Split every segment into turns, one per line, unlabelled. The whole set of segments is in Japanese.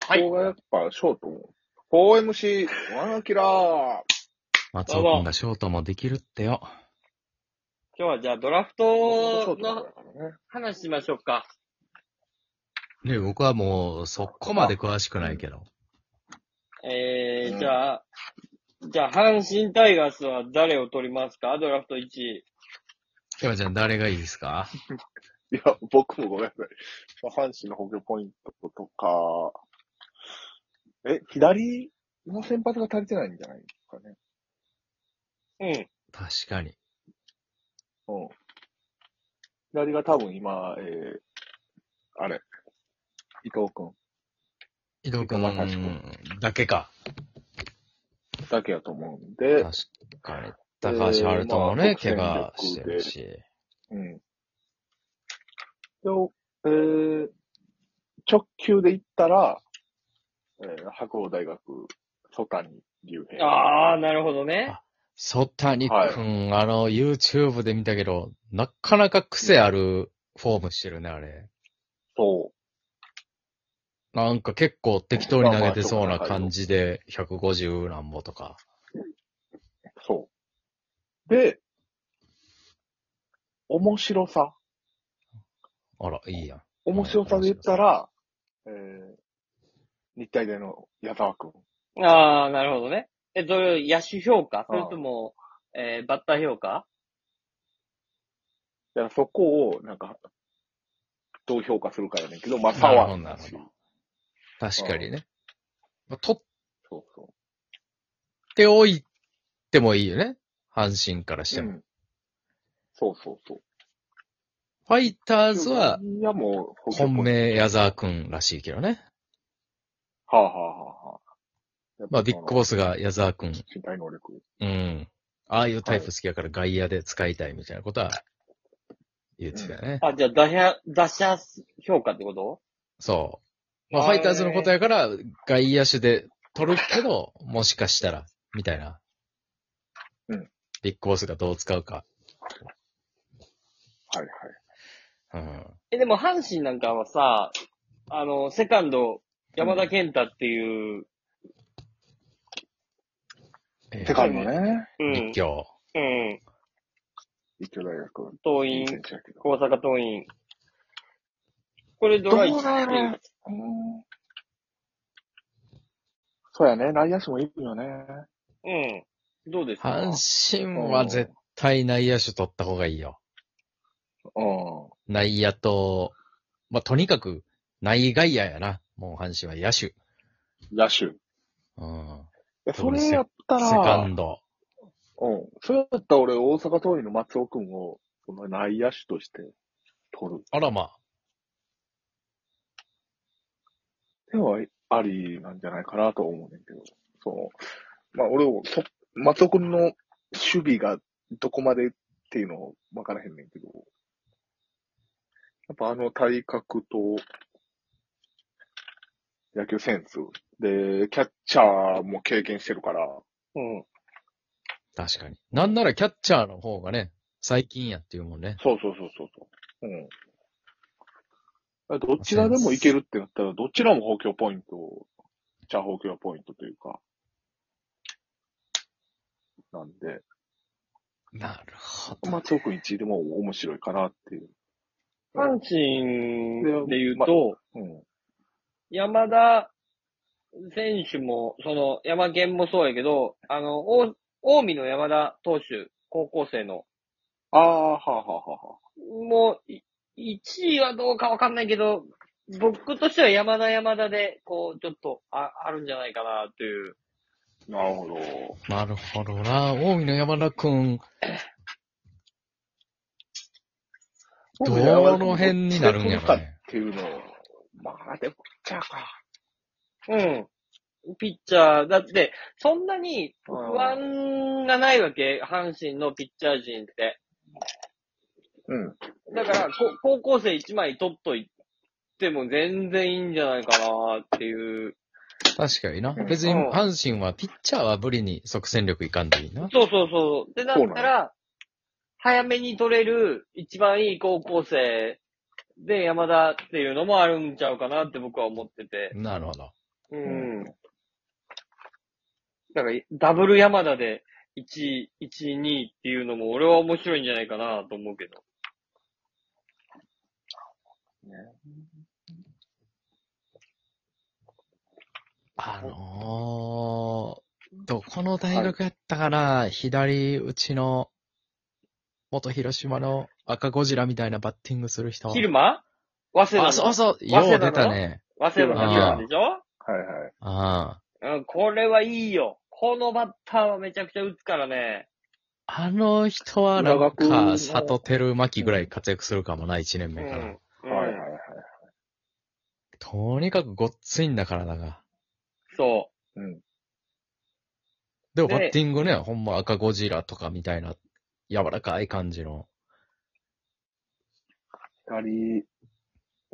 はい
ここがやっぱショートも。4MC、ワナキラー。
松尾くんがショートもできるってよ。
今日はじゃあドラフ
ショート
ト
だか
の
らね。
話しましょうか。
ね、僕はもう、そこまで詳しくないけど。
え
う
ー、
ん
じゃあ、じゃあ阪神タイガースは誰を取りますかドラフト1位。
ひまちゃん、誰がいいですか
いや、僕もごめんなさい。阪神の補強ポイントとか、え、左の先発が足りてないんじゃないですかね。
うん。
確かに。
うん。左が多分今、えー、あれ、伊藤くん
伊藤く
伊藤正志
んだけか。
だけやと思うんで、
確かに。高橋春人も
まあ
ね、
得点
怪我
力
してるし。
うん。で、おえー、直球で行ったら、えー、白鴎大学、曽谷竜兵。
あー、なるほどね。
ソタニくん、あの、YouTube で見たけど、なかなか癖あるフォームしてるね、あれ。
そ
なんか結構適当に投げてそうな感じで、150何ぼとか。
う、そう。で、面白さ。
あら、いいやん。
面白さで言ったら、えー、日体大の矢沢くん。
あー、なるほどね。え、どれ、野手評価それとも、えー、バッター評価
だからそこを、なんか、どう評価するかやねんけど、まあ、
なるほど
沢
なるほど確かにね。まあ取っ
そうそ
ておいてもいいよね。阪神からして
う。う
も。
ん。そうそうそう。
ファイターズは、
いや、もう、
本命矢沢くんらしいけどね。
はあはあはあはあ。
まあ、ビッグボスが矢沢くん。
身体能力。
うん。ああいうタイプ好きやから外野で使いたいみたいなことは言ってたよね。
あ、じゃあ打者、打者評価ってこと
そう。まあ、ファイターズのことやから外野手で取るけど、もしかしたら、みたいな。
うん。
ビッグボスがどう使う
は
か。
いはい。
うん。
え、でも阪神なんかはさ、あの、セカンド、山田健太っていう、
え
セカンドね。
うん、
立教。
うん、
立教大学。
党
いい
員
選、手やけど。
大阪桐蔭。これドライチっていう
うーんそうやね。内野手もいるよね。
うん。どうですか
阪神は絶対内野手取った方がいいよ。
うん。
内野と、まあ、とにかく内外野やな。もう阪神は野手。
野手。い
うん。
やそれやったら、
セカンド。
うん。それやったら俺、大阪桐蔭の松尾くんを、その内野手として取る。
あらまあ、
では、ありなんじゃないかなと思うねんけど。そう。まあ、俺も、そ松尾くんの守備がどこまでっていうのを分からへんねんけど。やっぱあの体格と、野球センス。で、キャッチャーも経験してるから。
うん。
確かに。なんならキャッチャーの方がね、最近やっていうもんね。
そうそうそうそうそう。うん。どっちらでもいけるってなったら、どちらも補強ポイント、じゃあ補強ポイントというか。なんで、
なるほど。
松尾くん1位でも面白いかなっていう。
阪神で言うと、
うん。
山田選手も、その、山健もそうやけど、あの、大近江の山田投手、高校生の、
ああ、はあはあはあはあ。
もう、い1位はどうかわかんないけど、僕としては山田山田で、こう、ちょっと、あ、あるんじゃないかな、という。
なるほど。
なるほどな。近江の山田くん、どの辺になるんやろ
どっちが来るかっ
ね。
ていうのを。まあ、でも、じゃあか。
うん。ピッチャー、だって、そんなに
不
不。安がないわけ、阪神のピッチャー陣って。
うん。
だから、こ高校生1枚取っといても全然いいんじゃないかな、っていう。
確かにな
う。ん
別に
うん
阪神はピッチャーは無理に即戦力いかんでいいな。
そうそうそう。で、だっ
そう
た
な
ら、早めに取れる一番いい高校生で山田っていうのもあるんちゃうかなって僕は思ってて。
なるほど。
うん。だから、ダブル山田で1位、1位、2位っていうのも、俺は面白いんじゃないかなと思うけど。
あのー、どこの大学やったかな、左打ちの、元広島の赤ゴジラみたいなバッティングする人。
昼間早稲田の。
あ、そうそう、
稲の
よう出たね。
早稲田の昼間でしょ
はいはい。
あ
うん、これはいいよ。このバッターはめちゃくちゃ打つからね。
ああの人はな
浦
ん
学の
か、里照巻ぐらい活躍するかもな、1年
う
目から。
ん。
はいはいうは
ん
い。
とにかくごっついんだからだが。
そ
うん。
で
で
もバッティングね、ほんま赤ゴジラとかみたいな、柔らかい感じの。
左、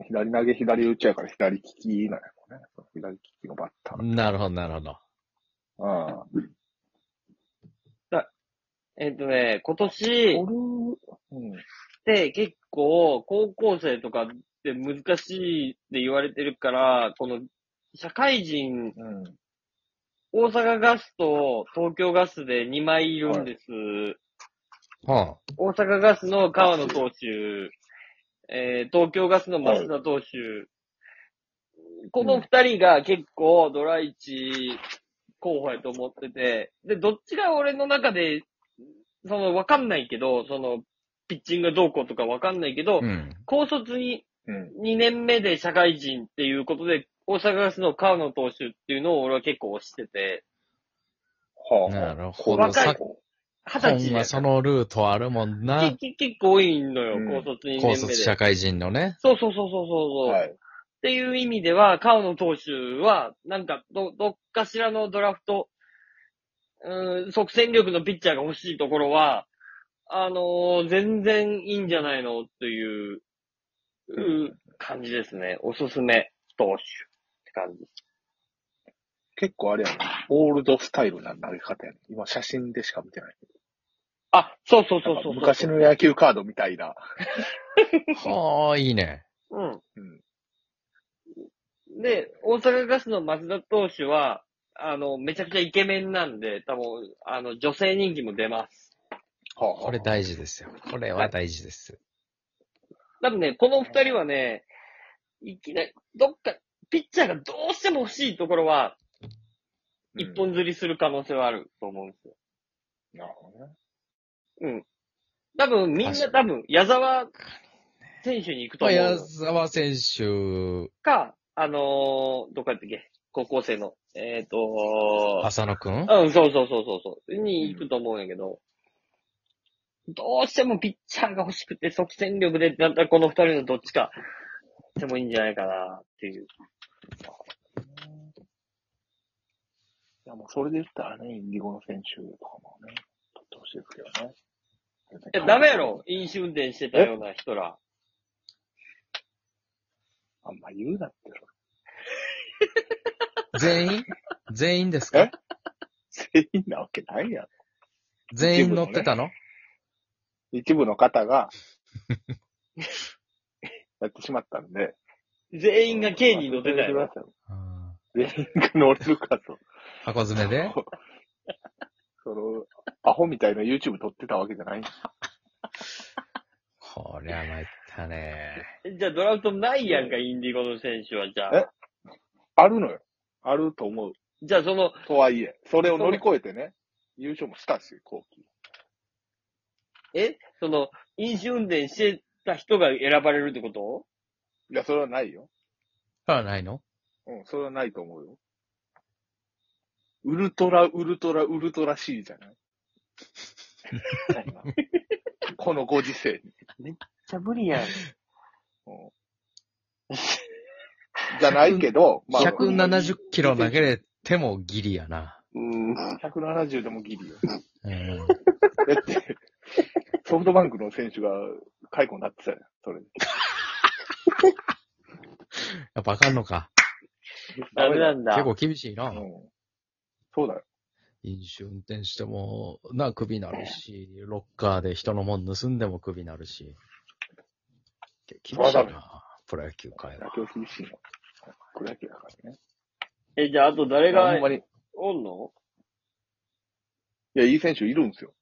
左投げ左打ちやから左利きなんやろね。左利きのバッター。
なるほど、なるほど。
ああ。
う。えっとね、今年、
俺、うん。
で、結構、高校生とかって難しいって言われてるから、この、社会人、
うん。
大阪ガスと東京ガスで2枚いるんです。
は
大阪ガスの川野投手、えー東京ガスの増田投手、この2人が結構ドライチ候補やと思ってて、で、どっちが俺の中で、その、わかんないけど、その、ピッチングどうこうとかわかんないけど、
あ。うん。
高卒に
うん。
2年目で社会人っていうことで、大阪ガスの川野投手っていうのを俺は結構推してて、
はあ。
なるほど。
若
さ
い
っ
二
ほ
十
ん
歳
ま
で
そのルートあるもんな
け。け結構多いのよ、
うん
高卒2年目
高
で。
卒社会人 のね。
そうそうそうそうそう。
は
っ
い。
ていう意味では、川野投手は、なんかど、どっかしらのドラフト、うーん、即戦力のピッチャーが欲しいところは、あのー全然いいんじゃないのという、うー感じですね。おすすめ投手って感じ。
結構あれやね。オールドスタイルな投げ方やね。今写真でしか見てない。
あ、そうそうそうそう
なん
そう
か昔の野球カードみたいな。
はあ、いいね。
うん。
うん。
で、大阪ガスの松田投手は、あの、めちゃくちゃイケメンなんで、多分、あの、女性人気も出ます。
はあ、はあ。
これ大事ですよ。これは大事です。
多分ね、この二人はね、いきなり、どっか、ピッチャーがどうしても欲しいところは、
うん
一。本釣りする可能性はあると思うんですよ。
なるほどね。
多分、みんな
確
多分、矢沢選手に行くと
まあ、
思う
矢
の。
沢選手、
か、あのー、どっかやったっけ高校生の、えっ、ー、と
浅野くん
うん、そうそうそうそうそう。に行くと思うんやけど、どうしてもピッチャーが欲しくて即戦力で、だったらこの二人のどっちかでもいいんじゃないかなっていう。
いや、もうそれで言ったらね、インディゴの選手とかもね、取ってほしいですけどね。
いや、ダメやろ飲酒運転してたような人ら。
あんま言うなってろ。
全員全員ですか
え全員なわけないやん。
全員乗ってたの
一部の方 が、やってしまったんで。
全員が刑に乗ってたよ。
うん
全員が乗れるかと。
箱詰めで
その、アホみたいな YouTube 撮ってたわけじゃないんです
こりゃ参ったね。
じゃあドラフトないやんか、インディゴの選手は。じゃあ
え。あるのよ。あると思う。
じゃあその、
とはいえ、それを乗り越えてね、優勝もしたし、後期。
えその、飲酒運転してた人が選ばれるってこと
いや、それはないよ。
あ、ないの
うん、それはないと思うよ。ウルトラ、ウルトラ、ウルトラ C じゃない そんなこのご時世に。
じゃ無理やん。
うんじゃないけど、
170キロ投げれてもギリやな。
うん、170でもギリよ。
うん。
だって、 ソフトバンクの選手が解雇になってたよ、それ。
やっぱあかんのか。
ダメな
だ。
んだ
結。構厳しいな
う。ん。そうだよ。
飲酒運転しても、な、首なるし、ロッカーで人のもん盗んでも首なるし。厳しい
そうだね
な。プロ野球界は
野。球厳しいの。これだけだからね。
え、じゃあ、あと誰
あ
が
んまり、い
おんの
や、いい選手いるんですよ。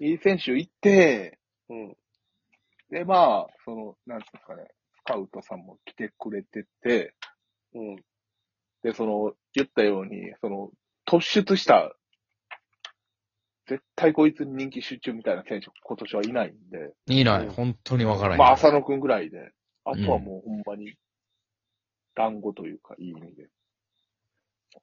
いい選手いて、
うん。
で、まあ、その、なんていうんですかね、スカウトさんも来てくれてて、
うん。
で、その、言ったように、その、突出した、絶対こいつ人気集中みたいな選手、今年はいないんで、
いいな
う
い、
ん
本当にわからない。
まあ、浅野くんぐらいで、あとはもうほんまに、団子というか、いい意味で。だ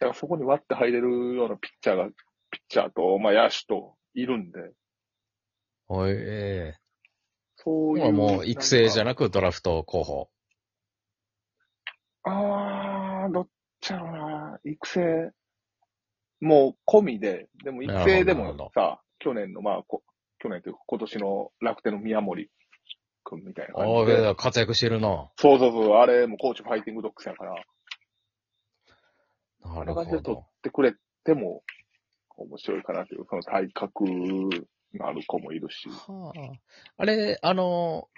からそこに割って入れるようなピッチャーが、ピッチャーと、まあ、野手と、いるんで、
おい、え
そう
え
いう。
もう育成じゃ
ない
なくドラフト候補。
あー、どっちやろな。育成。もう込みで、でも育成で
なるほど
もさ、去年の、まあ、こ去年というか今年の楽天の宮森くんみたいな感
お
じで。
い、活躍してるな。
そうそうそう、あれもコーチファイティングドッグスやから、
な
こん
る
な感じ
ほ
で取
ど
っ。てくれても面白いかなという、その体格のある子もいるし。
はあ。あれ、あの、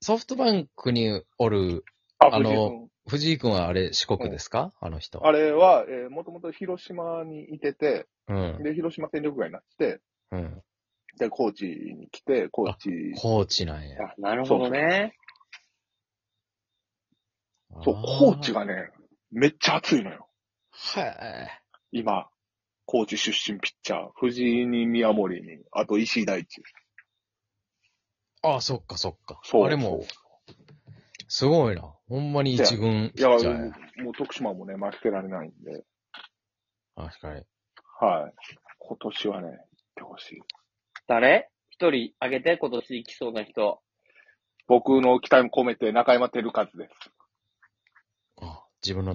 ソフトバンクにおる
あ、
あの
藤井君
藤井君はあれ四国ですか、あの人。
あれは、えー、もともと広島にいてて、
うん。
で、広島戦力外になって、
うん。
で、高知に来て、高知
高知なんや。
あ、なる
ほど
ね。
そう、
あー
コーチ。がね、めっちゃ熱いのよ。
はい。
今、高知出身ピッチャー、藤井に宮森に、あと石井大地。
ああ、そっかそっか。
そう。
あれも、すごいな。ほんまに一軍
い
ピ
や、
ッ
も
チャーや。
うもう徳島もね、負けてられないんで、
確かに。
はい。今年はね、行ってほしい。
誰一人あげて、今年行きそうな人。
僕の期待も込めて、中山照和です。
あ自分の